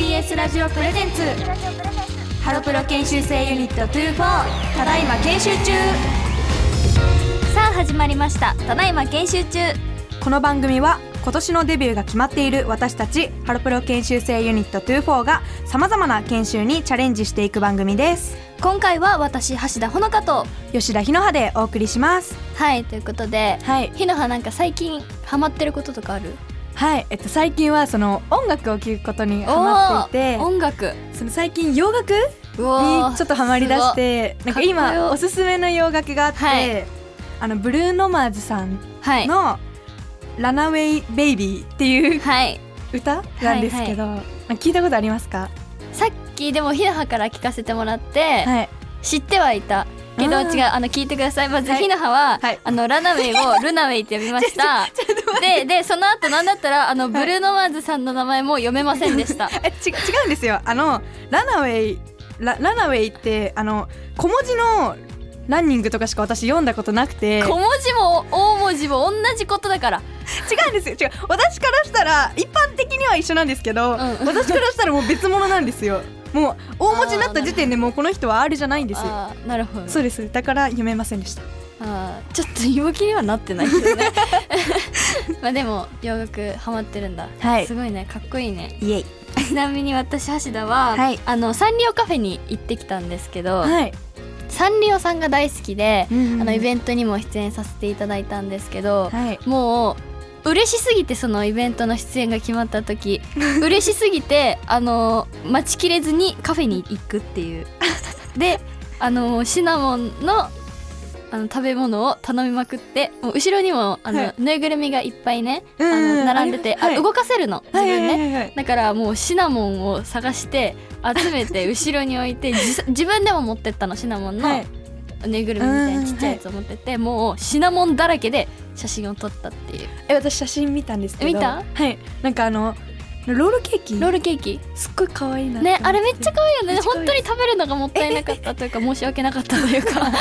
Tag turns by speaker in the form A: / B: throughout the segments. A: ロプレゼンツハロプロ研修生ユニット24ただいま研修中さあ始まりましたただいま研修中
B: この番組は今年のデビューが決まっている私たちハロプロ研修生ユニット24がさまざまな研修にチャレンジしていく番組です
A: 今回は私橋田ほのかと
B: 吉田ひのはでお送りします
A: はいということで
B: はい
A: ひのはなんか最近ハマってることとかある
B: はい、えっと、最近はその音楽を聴くことにハマってい
A: おー
B: て
A: 音楽
B: その最近洋楽に
A: う
B: ちょ
A: おー
B: っとハマりだしてなん
A: か
B: か
A: っこ
B: 今
A: よ
B: おすすめの洋楽があって、
A: はい
B: あのブルーノマーズさん
A: はい
B: の「ラナウェイ・ベイビー」っていう
A: はい
B: 歌なんですけど、まあ聞いたことありますか
A: さっきでもひのはから聞かせてもらって、
B: はい
A: 知ってはいたけど
B: あー
A: 違うあの聞いてくださいまず
B: はい
A: ひなはは、
B: はい
A: あのラナウェイ をルナウェイって呼びましたででその後なんだったらあのブルーノマーズさんの名前も読めませんで した
B: えち違うんですよあのラナウェイララナウェイってあの小文字のランニングとかしか私読んだことなくて違
A: 小文字も大文字も同じことだから
B: うんですよ違う私からしたら一般的には一緒なんですけど、
A: ん
B: 私からしたらもう別物なんですよもう大文字になった時点でもうこの人は R じゃないんですよ
A: あーなるほど
B: そうですだから読めませんでした
A: あーちょっと弱気にはなってないけどねまあでも洋楽ハマってるんだ、
B: はい
A: すごいねかっこいいね
B: イエイ
A: ちなみに私橋田は、
B: はい
A: あのサンリオカフェに行ってきたんですけど、
B: はい、
A: サンリオさんが大好きで、あのイベ
B: ン
A: ントにも出演させていただいたんですけど、
B: はい
A: もう嬉しすぎてそのイベントの出演が決まった 時嬉しすぎてあの待ちきれずにカフェに行くっていうであのシナモンのあの食べ物を頼みまくってもう後ろにもあの、
B: はい
A: ぬいぐるみがいっぱいねあ
B: うんうんう
A: の
B: ん
A: 並んでてあ、
B: あれはい
A: 動かせるの自分ね、
B: はいはいはいはい
A: だからもうシナモンを探して集めて後ろに置いて自自分でも持ってったのシナモンの
B: はい
A: ぬいぐるみみたい
B: う
A: な
B: ん
A: ちっちゃいやつを持ってって、もうシナモンだらけで写真を撮ったっていう
B: え私写真見たんですけど
A: 見た
B: はいなんかあのロールケーキ
A: ロールケーキ
B: すっごい可愛いな
A: ねあれめっちゃ可愛いよ
B: め
A: ね
B: っちゃ可愛
A: 本
B: い
A: 当に食べるのがもったいなかったというか申し訳なかったという か
B: 愛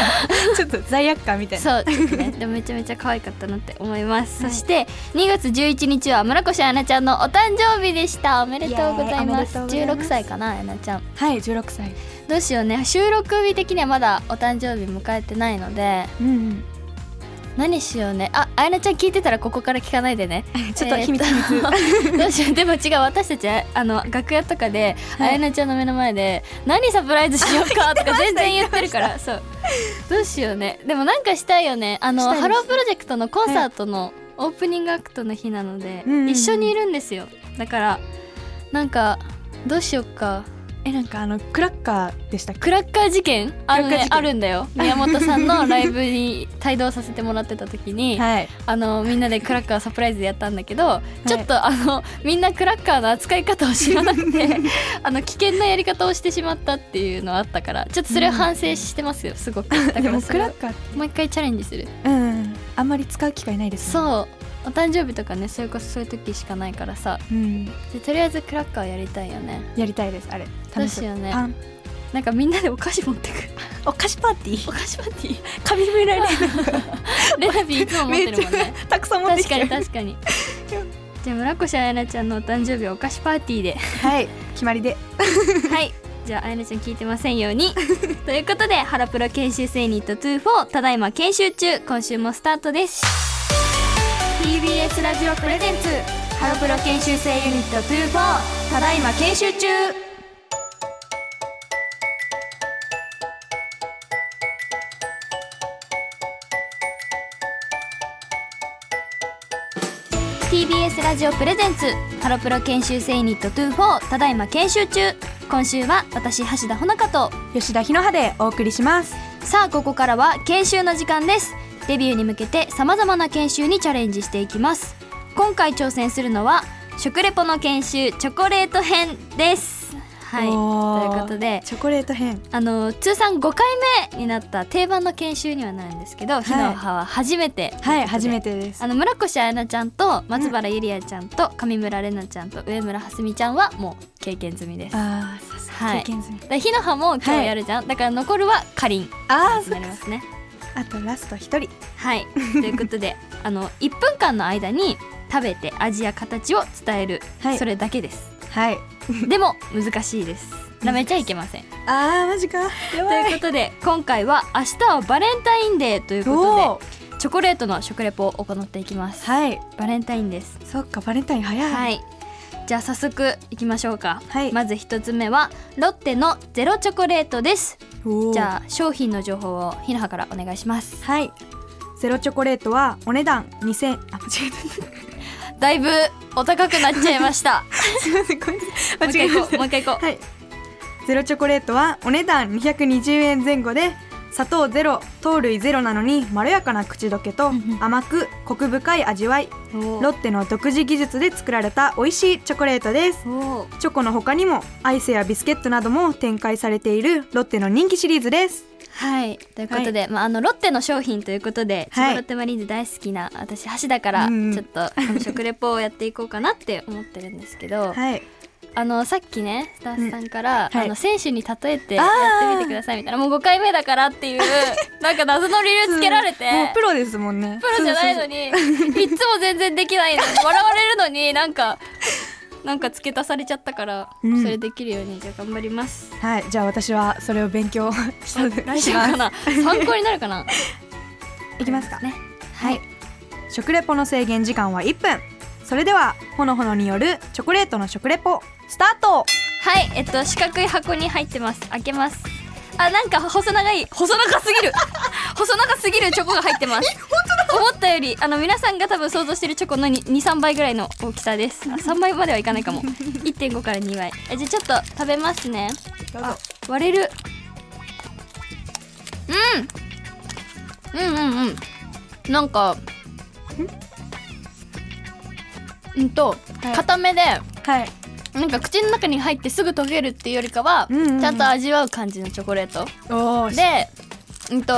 B: いちょっと罪悪感みたいな
A: そうちょっとねでもめちゃめちゃ可愛かったなって思います、
B: はい
A: そして2月11日は村越あやなちゃんのお誕生日でしたおめでとうございます
B: イエーイおめでとうございます
A: 16歳かなあやなちゃん
B: はい16歳
A: どうしようね収録日的にはまだお誕生日迎えてないので
B: うん、
A: 何しようねああやなちゃん聞いてたらここから聞かないでね
B: ちょっと秘密
A: え
B: 秘密
A: ーとどうしようでも違う私たちああの楽屋とかで、
B: はい
A: あやなちゃんの目の前で何サプライズしよう かとか全然言ってるからそうどうしようねでもなんかしたいよねあ
B: した
A: の
B: いです
A: ハロープロジェクトのコンサートのオープニングアクトの日なので、
B: うん
A: 一緒にいるんですよだからなんかどうしよっか
B: えなんかあのクラッカーでしたっけ
A: クラッカー事件あの
B: クラッ
A: ね
B: カー事件
A: あるんだよ宮本さんのライブに帯同させてもらってた時 に、
B: はい
A: あのみんなでクラッカーサプライズでやったんだけど、ちょっとあのみんなクラッカーの扱い方を知らなくて あの危険なやり方をしてしまったっていうのはあったからちょっとそれを反省してますよすごく だか
B: でも
A: らそ
B: ク
A: れ
B: ラ
A: を
B: ッカーって
A: もう一回チャレンジする
B: うんあんまり使う機会ないですね
A: そうお誕生日とかねそれこそそういう時しかないからさ
B: う、ん、
A: でとりあえずクラッカーやりたいよね
B: やりたいですあれ楽
A: どう
B: し
A: し
B: い
A: ようね
B: パン
A: なんかみんなでお菓子持ってく
B: お菓子パーティ ー
A: お菓子パーティー
B: 紙められる
A: レナビーいつも 持ってるもんね
B: たくさん持って
A: 確
B: き
A: か
B: て
A: に確か にじゃあ村越あやなちゃんのお誕生日はお菓子パーティーで
B: はい決まりで
A: はいじゃああやなちゃん聞いてませんよう にということでハロプロ研修生ユニット24ただいま研修中今週もスタートです TBS ラジオプレゼンツハロプロ研修生ユニット24ただいま研修中ー TBS ラジオプレゼンツハロプロ研修生ユニット24ただいま研修中今週は私橋田穂香と
B: 吉田ひのはでお送りします
A: さあここからは研修の時間ですデビューに向けてさまざまな研修にチャレンジしていきます今回挑戦するのは食レポの研修チョコレート編ですはい
B: おー
A: ということで
B: チョコレート編
A: あの通算5回目になった定番の研修にはなるんですけど、日の葉は初めて
B: はい初め
A: て
B: てです
A: あの村越彩菜ちゃんと松原ゆりあちゃんと上村れなちゃんと上村はすみちゃんはもう経験済みです
B: あーさすが
A: はい
B: 経験済み
A: で日の葉も今日やるじゃん、だから残るはかりんに
B: あーそ
A: な
B: っ
A: り
B: か
A: ますね
B: あとラスト一人
A: はい、ということで あの1分間の間に食べて味や形を伝える、
B: はい
A: それだけです
B: はい
A: でも難しい ですなめちゃいけません
B: あーマジかや
A: ということで今回は明日はバレンタインデーということ
B: おー
A: でチョコレートの食レポを行っていきます
B: はい
A: バレンタインです
B: そっかバレンタイン早い
A: はい、じゃあ早速いきましょうか、
B: はい
A: まず一つ目はロッテのゼロチョコレートです
B: おー
A: じゃあ商品の情報をひなはからお願いします
B: はいゼロチョコレートはお値段2000あ間違え
A: だいぶお高くなっちゃいました
B: たすいませんごめんな
A: も
B: さ
A: う
B: い
A: 一
B: 間違
A: 回行こう
B: えました
A: もう一回 行こ
B: はいゼロチョコレートはお値段220円前後で砂糖ゼロ糖類ゼロなのにまろやかな口どけと
A: んうん、
B: 甘くコク深い味わいうロッテの独自技術で作られた美味しいチョコレートです
A: おー
B: チョコの他にもアイスやビスケットなども展開されているロッテの人気シリーズです
A: はいということで、まあ、あのロッテの商品ということで、千
B: はい
A: 葉ロッテマリーンズ大好きな私橋だから、
B: うん
A: ちょっとこの食レポをやっていこうかなって思ってるんですけど、
B: はい
A: あのさっきねスタッフさんから、
B: うんはい
A: あの選手に例えて
B: あ
A: やっ
B: ー
A: てみてくださいみたいなもう5回目だからって いうなんか謎の理由つけられて、
B: うんもうプロですもんね
A: プロじゃないのにいっつも全然できないのに笑われるのになんかなんか付け足されちゃったから、
B: うん
A: それできるようにじゃあ頑張ります。
B: はいじゃあ私はそれを勉強したので
A: 来週か
B: しま
A: な参考になるかな
B: すいきますか
A: ねはい
B: 食レポの制限時間は1分それではほのほのによるチョコレートの食レポスタート
A: はいえっと四角い箱に入ってます開けますあなんか細長い細長す ぎる細長すぎるチョコが入ってます思ったよりあの皆さんが多分想像してるチョコの23倍ぐらいの大きさですあ3倍まではいかないか も1.5から2倍えじゃあちょっと食べますね
B: ど
A: あ割れるうんうんうんうんなんかうんと、
B: はい
A: 固めで
B: はい
A: なんか口の中に入ってすぐ溶けるっていうよりかは、
B: うんうんうん
A: ちゃんと味わう感じのチョコレート
B: おー
A: でうんと、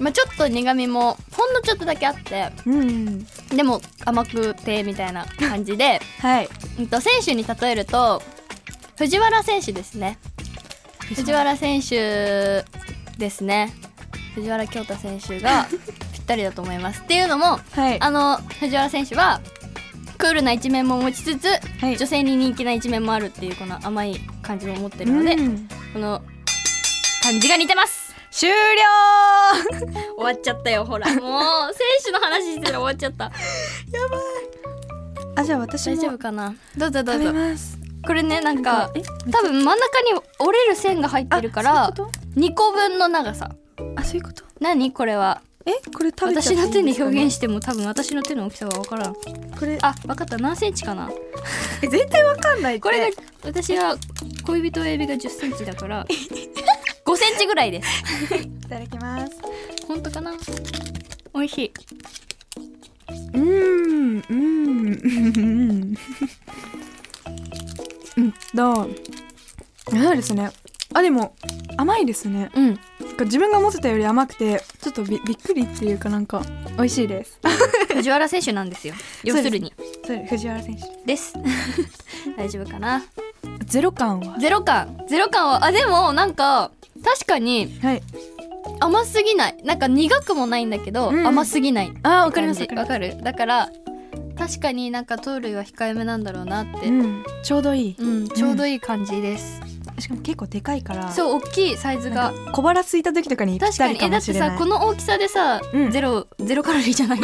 A: まあ、ちょっと苦みもほんのちょっとだけあって
B: うん
A: でも甘くてみたいな感じ で、
B: はい
A: うん、と選手に例えると藤原選手ですね藤原選手ですね藤原京太選手 がぴったりだと思いますっていうのも
B: はい
A: あの藤原選手はクールな一面も持ちつつ、
B: い
A: 女性に人気な一面もあるっていうこの甘い感じも持ってるので、
B: うん
A: この感じが似てます
B: 終了
A: 終わっちゃったよほら もう選手の話してたら終わっちゃ った
B: あじゃあ私
A: 大
B: も
A: 丈夫
B: 食
A: かなどうぞどう
B: べ
A: ぞ
B: ます
A: これねなん
B: あ
A: か多分真ん中に折れる線が入ってるから
B: そういうこ
A: 2個分の長さ
B: とあそういうこと
A: 何これは
B: えこれ食べちゃ
A: 私
B: っていい
A: の手
B: ん
A: です
B: かね
A: 表現しても多分私の手の大きさは分からん
B: これ
A: あ分かった何センチかな
B: え絶対わかんないって
A: これが私は恋人親指が1 0ンチだから 5センチぐらいです
B: いただきます
A: 本当かな美味しいう
B: ーんうーんうーんうんとそうですねあでも甘いですね
A: うん
B: なんか自分が思ってたより甘くてちょっとびびっくりっていうかなんか美味しいですあ
A: 藤原選手なんです よ要するに
B: そうです藤原選手
A: です 大丈夫かな
B: ゼロ感は
A: ゼロ感ゼロ感はあでもなんか確かに
B: はい
A: 甘すぎないなんか苦くもないんだけど、
B: うん
A: 甘すぎない
B: あーわかります
A: 感じ
B: わ
A: わかるだから確かになんか糖類は控えめなんだろうなって、うん
B: うん、ちょうどいい
A: ちょうどいい感じです、
B: しかも結構でかいから
A: そう大きいサイズ
B: な
A: が
B: んか小腹空いた時とかにぴっ
A: 確か
B: た
A: に
B: り
A: え
B: か
A: だ
B: も
A: って
B: しれない
A: さこの大きさでさ、
B: うん
A: ゼロゼロカロリーじ ゃない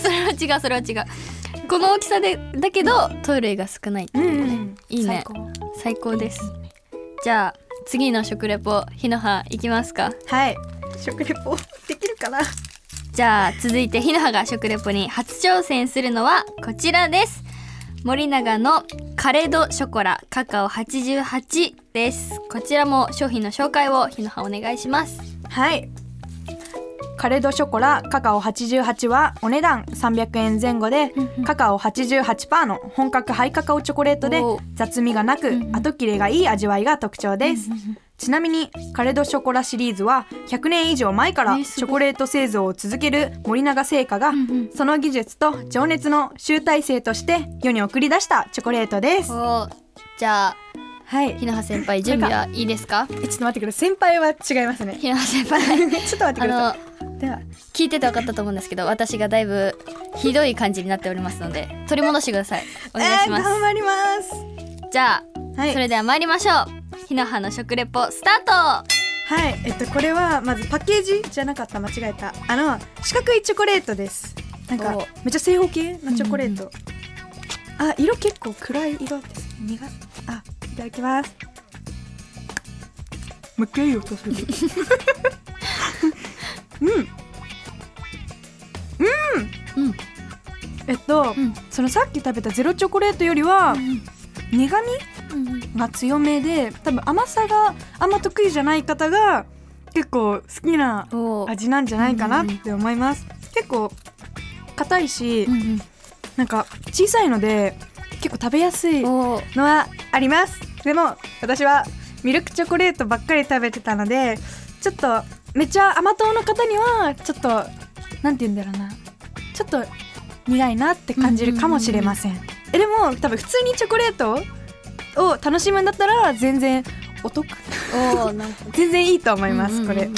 A: それは違うそれは違うこの大きさでだけどトイレが少ないっていううね、
B: んうん
A: いいね
B: 最高
A: 最高ですじゃあ次の食レポ日の葉いきますか
B: はい食レポできるかな
A: じゃあ続いて日の葉が食レポに初挑戦するのはこちらです森永のカレドショコラカカオ88ですこちらも商品の紹介を日の葉お願いします
B: はいカレドショコラカカオ88はお値段300円前後で
A: うんうん
B: カカオ88%の本格ハイカカオチョコレートで
A: おー
B: 雑味がなく
A: んうん
B: 後切れがいい味わいが特徴ですちなみにカレドショコラシリーズは100年以上前から
A: え
B: チ
A: ーすごい
B: ョコレート製造を続ける森永製菓が
A: んうん
B: その技術と情熱の集大成として世に送り出したチョコレートです。
A: おーじゃあ
B: はい
A: 日の葉先輩準備はいいですか
B: えちょっと待ってください先輩は違いますね
A: 日の葉先輩
B: ちょっと待って
A: あ
B: くだ
A: の
B: さいでは
A: 聞いてて分かったと思うんですけど私がだいぶひどい感じになっておりますので取り戻してくださいお願いしま
B: えー
A: す、
B: 頑張ります
A: じゃあ、
B: はい
A: それでは参りましょう日の葉の食レポスタート
B: はいえっとこれはまずパッケージじゃなかった間違えたあの四角いチョコレートですなんか
A: お
B: めっちゃ正方形のチョコレート、あ色結構暗い色です苦いあいただきますむっけい音する うん
A: うん
B: えっと、
A: うん
B: そのさっき食べたゼロチョコレートよりは苦味が強めで多分甘さがあんま得意じゃない方が結構好きな
A: おー
B: 味なんじゃないかなって思います、結構硬いし、
A: うんうん
B: なんか小さいので結構食べやすいの
A: おー
B: はありますでも私はミルクチョコレートばっかり食べてたのでちょっとめっちゃ甘党の方にはちょっとなんて言うんだろうなちょっと苦いなって感じるかもしれません,、えでも多分普通にチョコレートを楽しむんだったら全然お得
A: おーなんか
B: 全然いいと思います、
A: うんうんうんうん
B: こ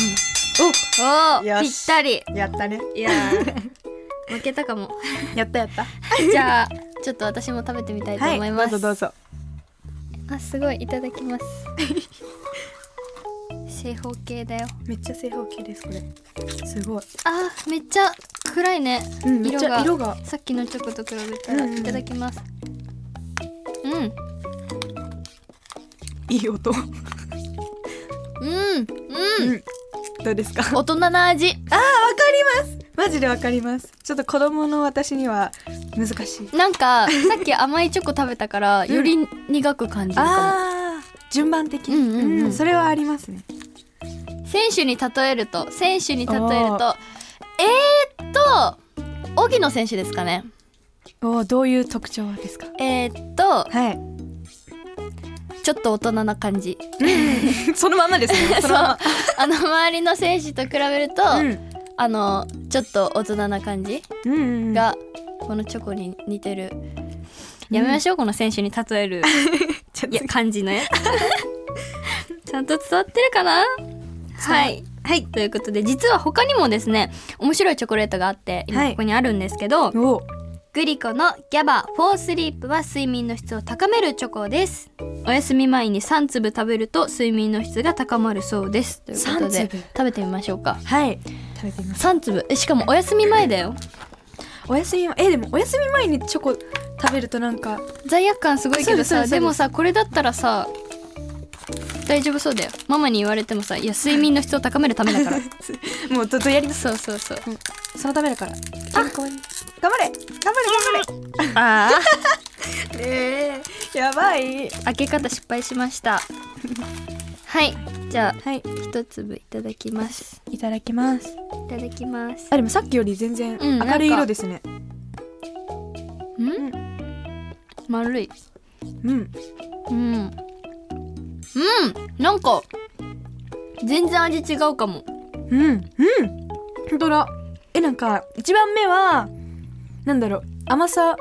A: おー
B: よ
A: ぴっ
B: した
A: り
B: れやったね
A: いや ー負けたかも
B: やったやった
A: じゃあちょっと私も食べてみたいと思います、
B: どうぞどうぞ
A: あすごいいただきます 正方形だよ
B: めっちゃ正方形ですこれすごい、
A: あーめっちゃ暗いね、
B: うん、めっ
A: 色
B: ちゃ
A: が
B: 色が
A: さっきのチョコと比べたら
B: うんうん
A: いただきますうん
B: いい音、
A: うんうん、
B: うんどうですか
A: 大人な味
B: マジでわかりますちょっと子供の私には難しい
A: なんかさっき甘いチョコ食べたからより苦く感じるか
B: あー順番的
A: うんうんうん
B: それはありますね
A: も選手に例えると選手に例えるとえー、っと荻野選手ですかね
B: おーどういう特徴ですか
A: えー、っと
B: はい
A: ちょっと大人な感じ
B: そのまんまですね
A: そうあの周りの選手と比べると、
B: うん
A: あのちょっと大人な感じ
B: うんうん
A: が、このチョコに似てるやめましょう、この選手に例 える
B: ちょっ
A: い
B: と
A: や感じね ちゃんと伝わってるかなはいはいということで実は他にもですね面白いチョコレートがあって
B: は
A: 今
B: い
A: ここにあるんですけど、
B: おー
A: グリコのギャバフォースリープは睡眠の質を高めるチョコですお休み前に3粒食べると睡眠の質が高まるそうですということで
B: 三粒
A: 食べてみましょうか
B: はい食べてみます
A: 3粒えしかもお休み前だよ
B: お休みえでもお休み前にチョコ食べるとなんか
A: 罪悪感すごいけどさ
B: そうですそうで
A: ですもさこれだったらさ大丈夫そうだよママに言われてもさいや睡眠の質を高めるため だから
B: もうどどやります
A: そうそうそう
B: そのためだから健康に頑張れ頑張れ頑
A: あ
B: 張れね えやばい
A: あ開け方失敗しました はいじゃあ
B: はい
A: 一粒いただきます
B: いただきます
A: いただきます
B: あでもさっきより全然
A: うん
B: 明るい
A: なんか
B: 色ですね
A: うん丸い
B: うん
A: うんうんなんか全然味違うかも
B: うんうん本当だえなんか一番目はなんだろう甘さ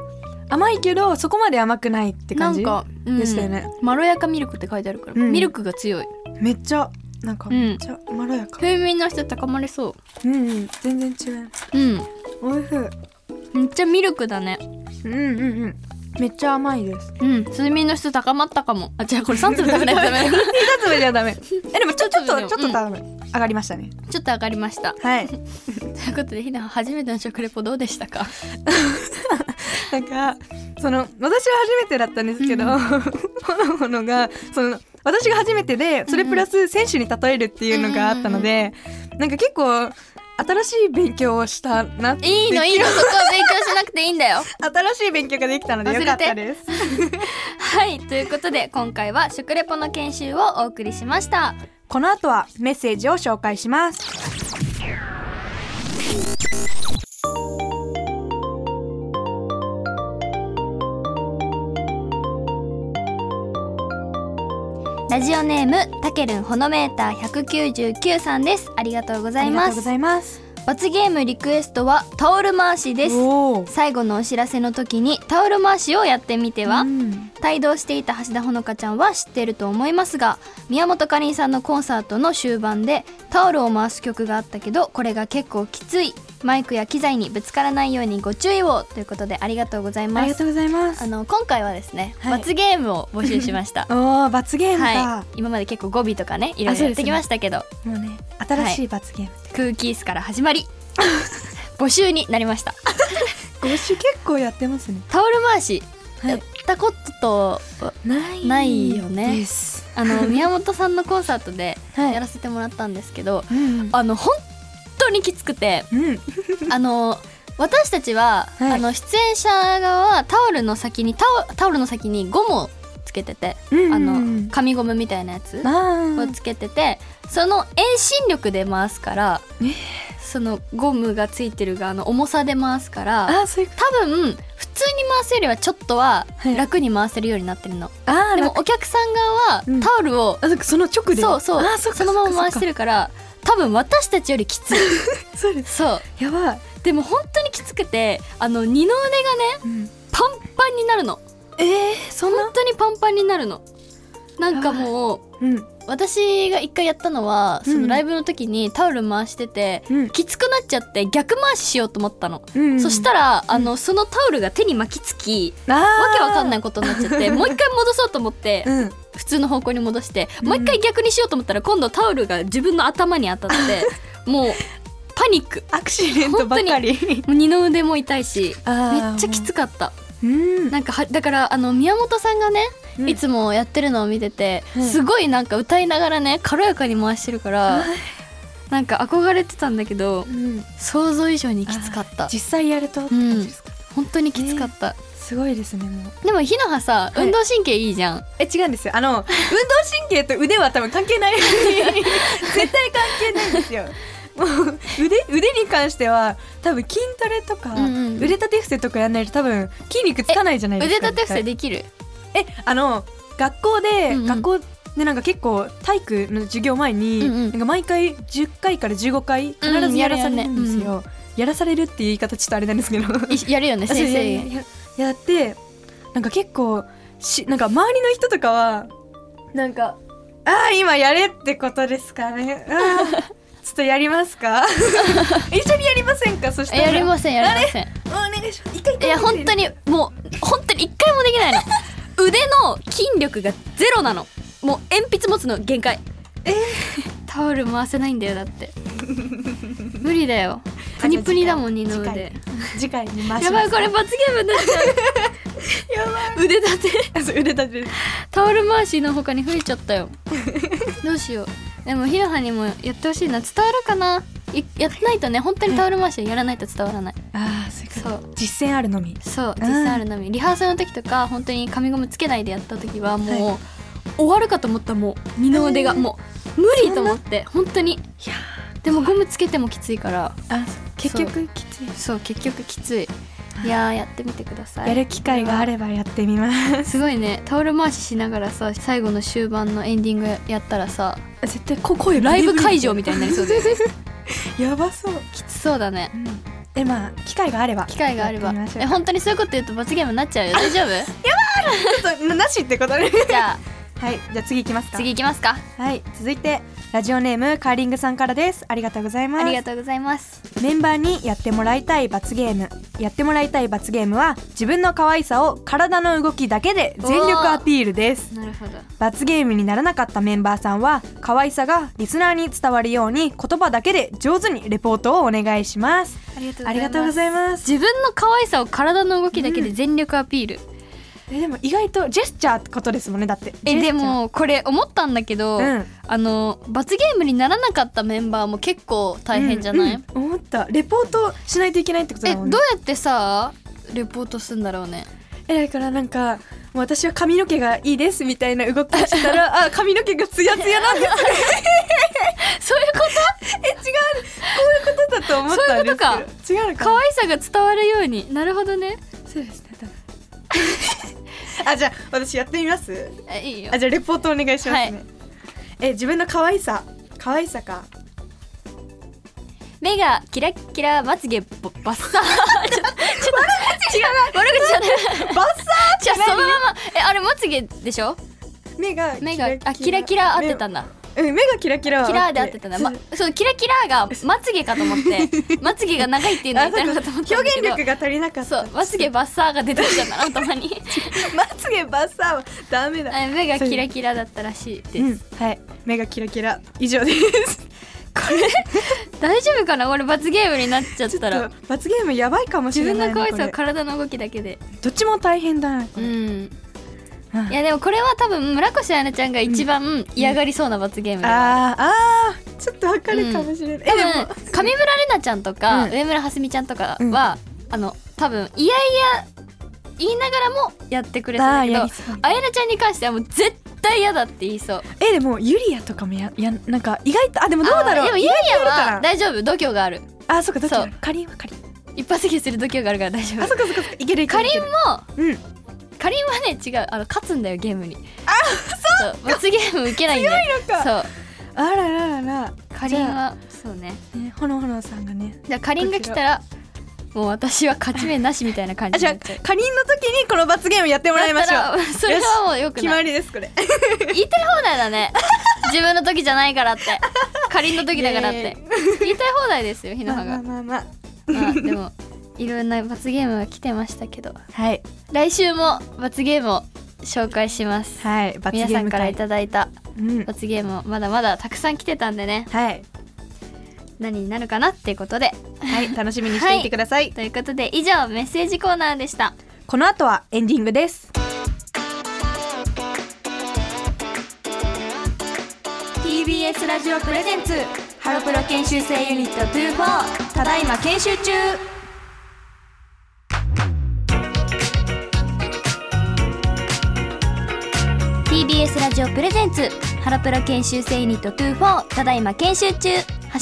B: 甘いけどそこまで甘くないって
A: な
B: 感
A: ん
B: じ
A: か、うん
B: でしたよね
A: まろやかミルクって書いてあるから、
B: うん
A: ミルクが強い
B: めっちゃなんか
A: うん
B: めっちゃまろやか
A: 睡眠の質高まりそ
B: うん、うん、全然違う
A: ううん
B: おいしい
A: めっちゃミルクだね
B: うんうんうんめっちゃ甘いです
A: うん睡眠の質高まったかもあ違うこれ3粒食べないと ダメだ
B: 二粒じゃダメえでもちょちょっとちょっと
A: うん
B: ダメ上がりましたね
A: ちょっと上がりましたと
B: はい
A: いうことでひな初めての食レポどうで したか
B: なんかその私は初めてだったんですけど、
A: うん
B: ほのほのがその私が初めてでそれプラス選手に例えるっていうのがあったので、なんか結構新しい勉強をしたなって
A: いいのいいのそこは勉強しなくていいんだよ
B: 新しい勉強ができたのでよかったです。
A: はいということで今回は食レポの研修をお送りしました
B: この後はメッセージを紹介します。
A: ラジオネームたけるんほのメーター199さんですありがとうござ
B: あ
A: い
B: りが
A: ま
B: とうご
A: す
B: ざいます。
A: 罰ゲームリクエストはタオル回しです
B: おお。
A: 最後のお知らせの時にタオル回しをやってみては、
B: うん
A: 帯同していた橋田ほのかちゃんは知ってると思いますが宮本かりんさんのコンサートの終盤でタオルを回す曲があったけどこれが結構きついマイクや機材にぶつからないようにご注意をということでありがとうござい
B: あ
A: ま
B: りが
A: す
B: とうございま
A: あ
B: す
A: の今回はですね、
B: はい
A: 罰ゲームを募集しました
B: おお罰ゲームか、
A: はい今まで結構語尾とかねいろいろやってきましたけど、
B: もうね新しい罰ゲーム、
A: クーキースから始まり 募集になりました
B: ごし結構やってますね
A: タオル回し
B: はい
A: やったことと、
B: ない
A: ないよね
B: です
A: あ の宮本さんのコンサートで
B: はい
A: やらせてもらったんですけど、
B: うん
A: あの本当にきつく て
B: うん
A: あの私たちは、
B: はい
A: あの出演者側はタオルの先にタオタオルの先にゴムをつけてて、
B: うん
A: あの紙ゴムみたいなやつ
B: あ
A: を
B: ー
A: つけててその遠心力で回すから、
B: えー
A: そのゴムがついてる側の重さで回すから
B: あーそういうこ
A: 多分普通に回すよりはちょっとは
B: はい
A: 楽に回せるようになってるの、
B: とあー
A: でも
B: 楽
A: お客さん
B: うん
A: 側はタオルを、
B: あそっかその直で
A: そうそう
B: あーそっか
A: そのまま回して
B: る
A: るから多分私たちよりき つい
B: そうです
A: そう
B: やばい、
A: でも本当にきつくてあの二の腕がね
B: うん、
A: パンパンになるの
B: えー、そんな
A: 本当にパンパンになるのなんかもう
B: うん
A: 私が一回やったのは
B: うん
A: そのライブの時にタオル回してて、
B: うん
A: きつくなっちゃって逆回ししようと思ったの、
B: うん
A: そした
B: ら
A: らあのそのタオルが手に巻きつき
B: あ
A: わけわかんないいことになっちゃっ てもう一回戻そうと思って
B: うん
A: 普通の方向に戻して
B: うん
A: もう一回逆にしようと思ったら今度タオルが自分の頭に当たって もうパニック
B: アクシデントばっかり
A: もう二の腕も痛いしめっちゃき
B: く
A: つかった
B: うん
A: なんかはだからあの宮本さんがね、
B: うん
A: いつもやってるのを見てて、
B: うん
A: すごいなんか歌いながらね軽やかに回してるからなんか憧れてたんだけど
B: うん
A: 想像以上にきつかった
B: 実際やるとって感じですか、
A: 本当にきつかった、
B: すごいですねもう
A: でもひのはさ
B: い
A: 運動神経いいじゃん、
B: え違うんですよあの運動神経と腕は多分関係ない絶対関係ないん ですよもう腕腕に関しては多分筋トレとか、
A: うんうん
B: 腕立て伏せとかやんないと多分筋肉つかないじゃないで
A: 腕
B: すか
A: 立て伏せ
B: で
A: できる
B: えあの学校で、
A: うんうん
B: 学校でなんか結構体育の授業前に、
A: うんうん
B: なんか毎回10回から15回必
A: うんうん
B: ず
A: や
B: や
A: る
B: ら
A: よ
B: され
A: ね
B: るんですよ、やらされるっていう言い方ちょっとあれなんですけど
A: いやるよね
B: あそう
A: 先
B: や
A: 生
B: やややってなんか結構しなんか周りの人とかはなんか「ああ今やれってことですかねあー ちょっとやりますか一緒にやりませんかそしたら
A: やりませんやりま せん
B: お願いします一回
A: いや本当
B: に
A: にもう本当に一回もでき ないの腕の筋力がゼロなのもう鉛筆持つの限界タオル回せないんだよだって 無理だよプニプニだもん二の腕
B: 次回に回し
A: や
B: ま
A: ば
B: す
A: いこれ罰ゲームになっちゃ
B: れやばいう
A: 腕立て
B: あそう腕立て
A: タオル回しの他に増えちゃ ったよどうしようでもひろはにもやってほしいな伝わるかないやってないとね本当にタオル回しやらないと伝わらない
B: ああそういうこ
A: そう
B: と実践あるのみ
A: そう実際あるのみ、リハーサルの時とか本当に紙ゴムつけないでやった時はもう、終わるかと思ったもう二の腕が
B: うん
A: もう無理と思って本当に
B: いや
A: でもゴムつけてもきついから
B: あ結局きつい
A: そう結局きついいやーやってみてください
B: やる機会があればやってみ ます
A: すごいねタオル回ししながらさ最後の終盤のエンディングやったらさ
B: 絶対こ声
A: ライブ会場みたいになりそうだ よね
B: やばそう
A: きつそうだね
B: えまあ機会があれば
A: 機会があれば
B: やってみ
A: え
B: ましょう
A: 本当にそういうこと言うと罰ゲームになっちゃうよ大 丈夫
B: ちょっとななしってことね
A: じゃあ
B: はいじゃあ次いきますか
A: 次行きますか
B: はい続いてラジオネームカーリングさんからですありがとうございま
A: あ
B: す
A: りがとうございます
B: メンバーにやってもらいたい罰ゲームやってもらいたい罰ゲームは自分の可愛さを体の動きだけで全力アピールです
A: なるほど
B: 罰ゲームにならなかったメンバーさんは可愛さがリスナーに伝わるように言葉だけで上手にレポートをお願いします
A: ありがと
B: ありがとうございます
A: 自分の可愛さを体の動きだけで全力アピール、
B: えでも意外とジェスチャーってことですもんねだって
A: え
B: ジェスチ
A: で
B: ャー
A: もこれ思ったんだけど、
B: うん
A: あの罰ゲームにならなかったメンバーも結構大変じゃない、
B: うんうん思ったレポートしないといけないってこと
A: え
B: だ
A: ど
B: も
A: うん
B: ね
A: やってさレポートするんだろう ね
B: えだからなんかもう私は髪の毛がいいですみたいな動きをしたらあ髪の毛がツヤツヤなん ですね
A: そういうこ
B: え違うこういうことだと思ったんです
A: そういうこ
B: けど違うの
A: と
B: か
A: 可愛さが伝わるようになるほどね
B: そうですね多分 あじゃあ私やってみます
A: えいいよ
B: あじゃあレポートお願いしますね、
A: はい
B: え自分の可愛さ可愛 さか
A: 目がキラッキラまつげぼバッ サーちょちょっと違う悪口じゃない
B: バッサー
A: じゃあそのままえあれまつげでしょ
B: 目が
A: 目があキラキラ合ってたんだ
B: うん、目がキラキラは
A: キラーで合ってたんだ、ま、そうキラキラーがまつげかと思っ てまつげが長いっていうの
B: あ
A: が
B: そ
A: 言いたいの
B: う
A: かと
B: か
A: 思ったんだけ
B: 表現
A: ど
B: 力が足りなかっ
A: そ
B: た
A: うまつげバッサーが出てきちゃったな頭に
B: まつげバッサーはダメだ
A: あ目がキラキラだったらしいです、
B: うんはい目がキラキラ以上です
A: 大丈夫かな俺罰ゲームになっちゃっ
B: ちょった
A: ら
B: と罰ゲームやばいかもし
A: 自
B: れ
A: 分
B: な
A: の
B: い
A: 可
B: な
A: 愛さを
B: これ
A: 体の動きだけで
B: どっちも大変だなこ
A: う
B: れ
A: ん
B: うん
A: いやでもこれは多分村越彩菜ちゃんが一番嫌がりそうな罰ゲームだな、
B: あーあーちょっとわかるかもしれない、
A: 多
B: え
A: 分上村れなちゃんとか、
B: うん
A: 上村はすみちゃんとかは、あの多分いやいや言いながらもやってくれ
B: で
A: そ
B: も
A: う
B: あ
A: だ
B: ー
A: けど
B: や
A: あ
B: りそう
A: やなちゃんに関してはもう絶対嫌だって言いそう
B: えでもユリアとかもややなんか意外とあでもどうだろう
A: あーでもゆいや
B: 意外とあるか
A: は
B: ら
A: 大丈夫度胸がある
B: あそっかどっち
A: そう
B: だかりんはかりん
A: 一発撃する度胸があるから大丈
B: あ
A: 夫
B: そっかそっかそっかいけるいけ
A: か
B: る
A: りんも
B: うん
A: かりんはね違うあの勝つんだよゲームにあそう罰ゲーム受けないんだよ
B: 強いの
A: そう
B: あらららら
A: かりんはそうね
B: ねほのほのさんがね
A: じゃあかりんが来たらもう私は勝ち目なしみたいな感
B: あ
A: じ
B: じ
A: に
B: ゃ
A: な
B: あ
A: っちゃう
B: かりんの時にこの罰ゲームやってもらいましょ
A: だった
B: う
A: らそれはもうよく
B: 決
A: な
B: ま
A: い
B: りですこれ
A: 言いたい放題だね自分の時じゃない からってかりんの時だからっ
B: イエ
A: て言いたい放題ですよひな
B: ま
A: はが
B: あ まあまあまあ
A: まあでもいろんな罰ゲームが来てましたけど
B: はい
A: 来週も罰ゲームを紹介します
B: はい罰ゲ
A: 皆
B: ー
A: さん
B: ム
A: からいただいた
B: うん
A: 罰ゲームをまだまだたくさん来てたんでね
B: はい
A: 何になるかなっていうことで
B: はい楽しみにしていてください
A: ということで以上メッセージコーナーでした
B: この後はエンディングです。
A: TBS ラジオプレゼンツハロプロ研修生ユニット24ただいま研修中ラジオプレゼンツハロプロ研修生ユニット24ただいま研修中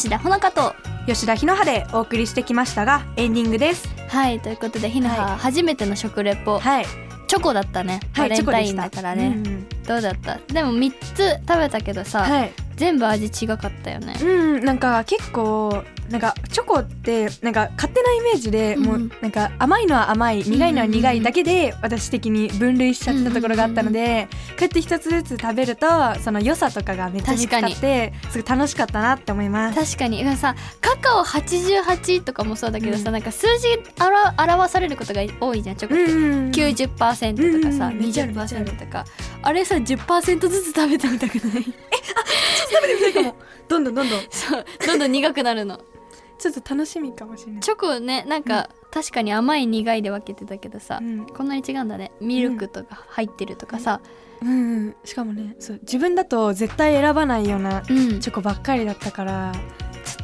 A: 橋田ほのかと
B: 吉田ひのはでお送りしてきましたが、エンディングです。
A: はいということでひなは
B: は
A: 初めての食レポ、
B: はい、
A: チョコだったね、
B: はい、
A: バレンタイ
B: チョ
A: ン
B: コ
A: だ
B: でした
A: からね、
B: うん
A: どうだったでも3つ食べたけどさ、
B: はい、
A: 全部味違かったよね
B: うん、なんか結構、なんかチョコって、なんか勝手なイメージで、
A: うん
B: もう。なんか甘いのは甘い、苦いのは苦いだけで、私的に分類しちゃったところがあったので。こうやって一つずつ食べると、その良さとかがめっちゃ見つかっ
A: 確
B: て、すごい楽しかったなって思います。
A: 確かにうんさカカオ88とかもそうだけどさ、
B: うん
A: なんか数字あら表されることが多いじゃんチョコ
B: う
A: って、
B: ん、
A: 90%とかさ、
B: うんうん
A: 20%とかあれさ10%ずつ食べてみたくない
B: どんどんどんどん、
A: そうどんどん苦くなるの
B: ちょっと楽しみかもしれない。
A: チョコねなんか、確かに甘い苦いで分けてたけどさ、
B: うん
A: こんなに違うんだねミルクとか入ってるとかさ
B: うんうん、しかもねそう自分だと絶対選ばないような
A: うん、
B: チョコばっかりだったから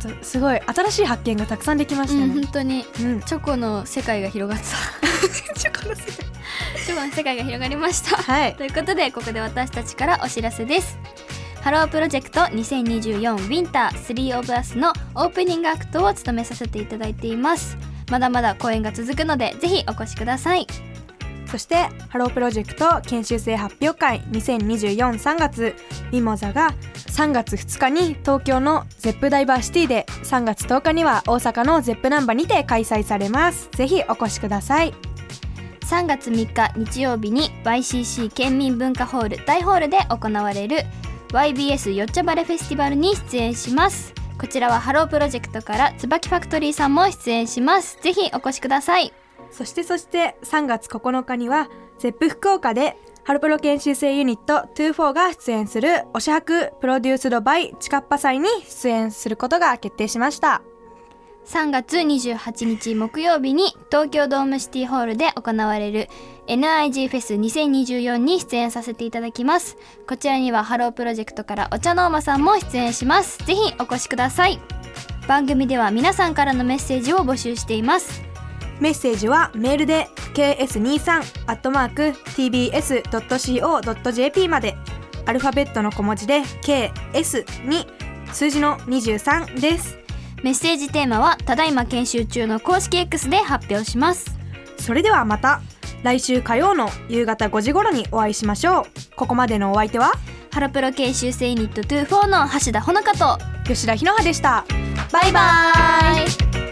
B: ちょっとすごい新しい発見がたくさんできまし
A: う
B: た
A: ん本
B: ね。
A: 当に
B: うん
A: チョコの世界が広がった
B: チョコの世界
A: チョコの世界が広がりました
B: はい
A: ということでここで私たちからお知らせですハロープロジェクト2024ウィンター3オブアスのオープニングアクトを務めさせていただいていますまだまだ公演が続くのでぜひお越しください
B: そしてハロープロジェクト研修生発表会20243月ミモザが3月2日に東京のゼップダイバーシティで3月10日には大阪のゼップナンバにて開催されますぜひお越しください
A: 3月3日日曜日に YCC 県民文化ホール大ホールで行われる YBS よっちゃバレフェスティバルに出演しますこちらはハロープロジェクトから椿ファクトリーさんも出演しますぜひお越しください
B: そしてそして3月9日にはゼップ福岡でハロプロ研修生ユニット24が出演するおしはくプロデュースドバイチカッパ祭に出演することが決定しました
A: 3月28日木曜日に東京ドームシティホールで行われる NIG フェス2024に出演させていただきますこちらにはハロープロジェクトからお茶の間さんも出演しますぜひお越しください番組では皆さんからのメッセージを募集しています
B: メッセージはメールで ks23-tbs.co.jp までアルファベットの小文字で ks に数字の23です
A: メッセージテーマはただいま研修中の公式 X で発表します
B: それではまた来週火曜の夕方5時頃にお会いしましょうここまでのお相手は
A: ハロプロ研修生ユニット24の橋田穂香と
B: 吉田ひのはでした
A: バイバイ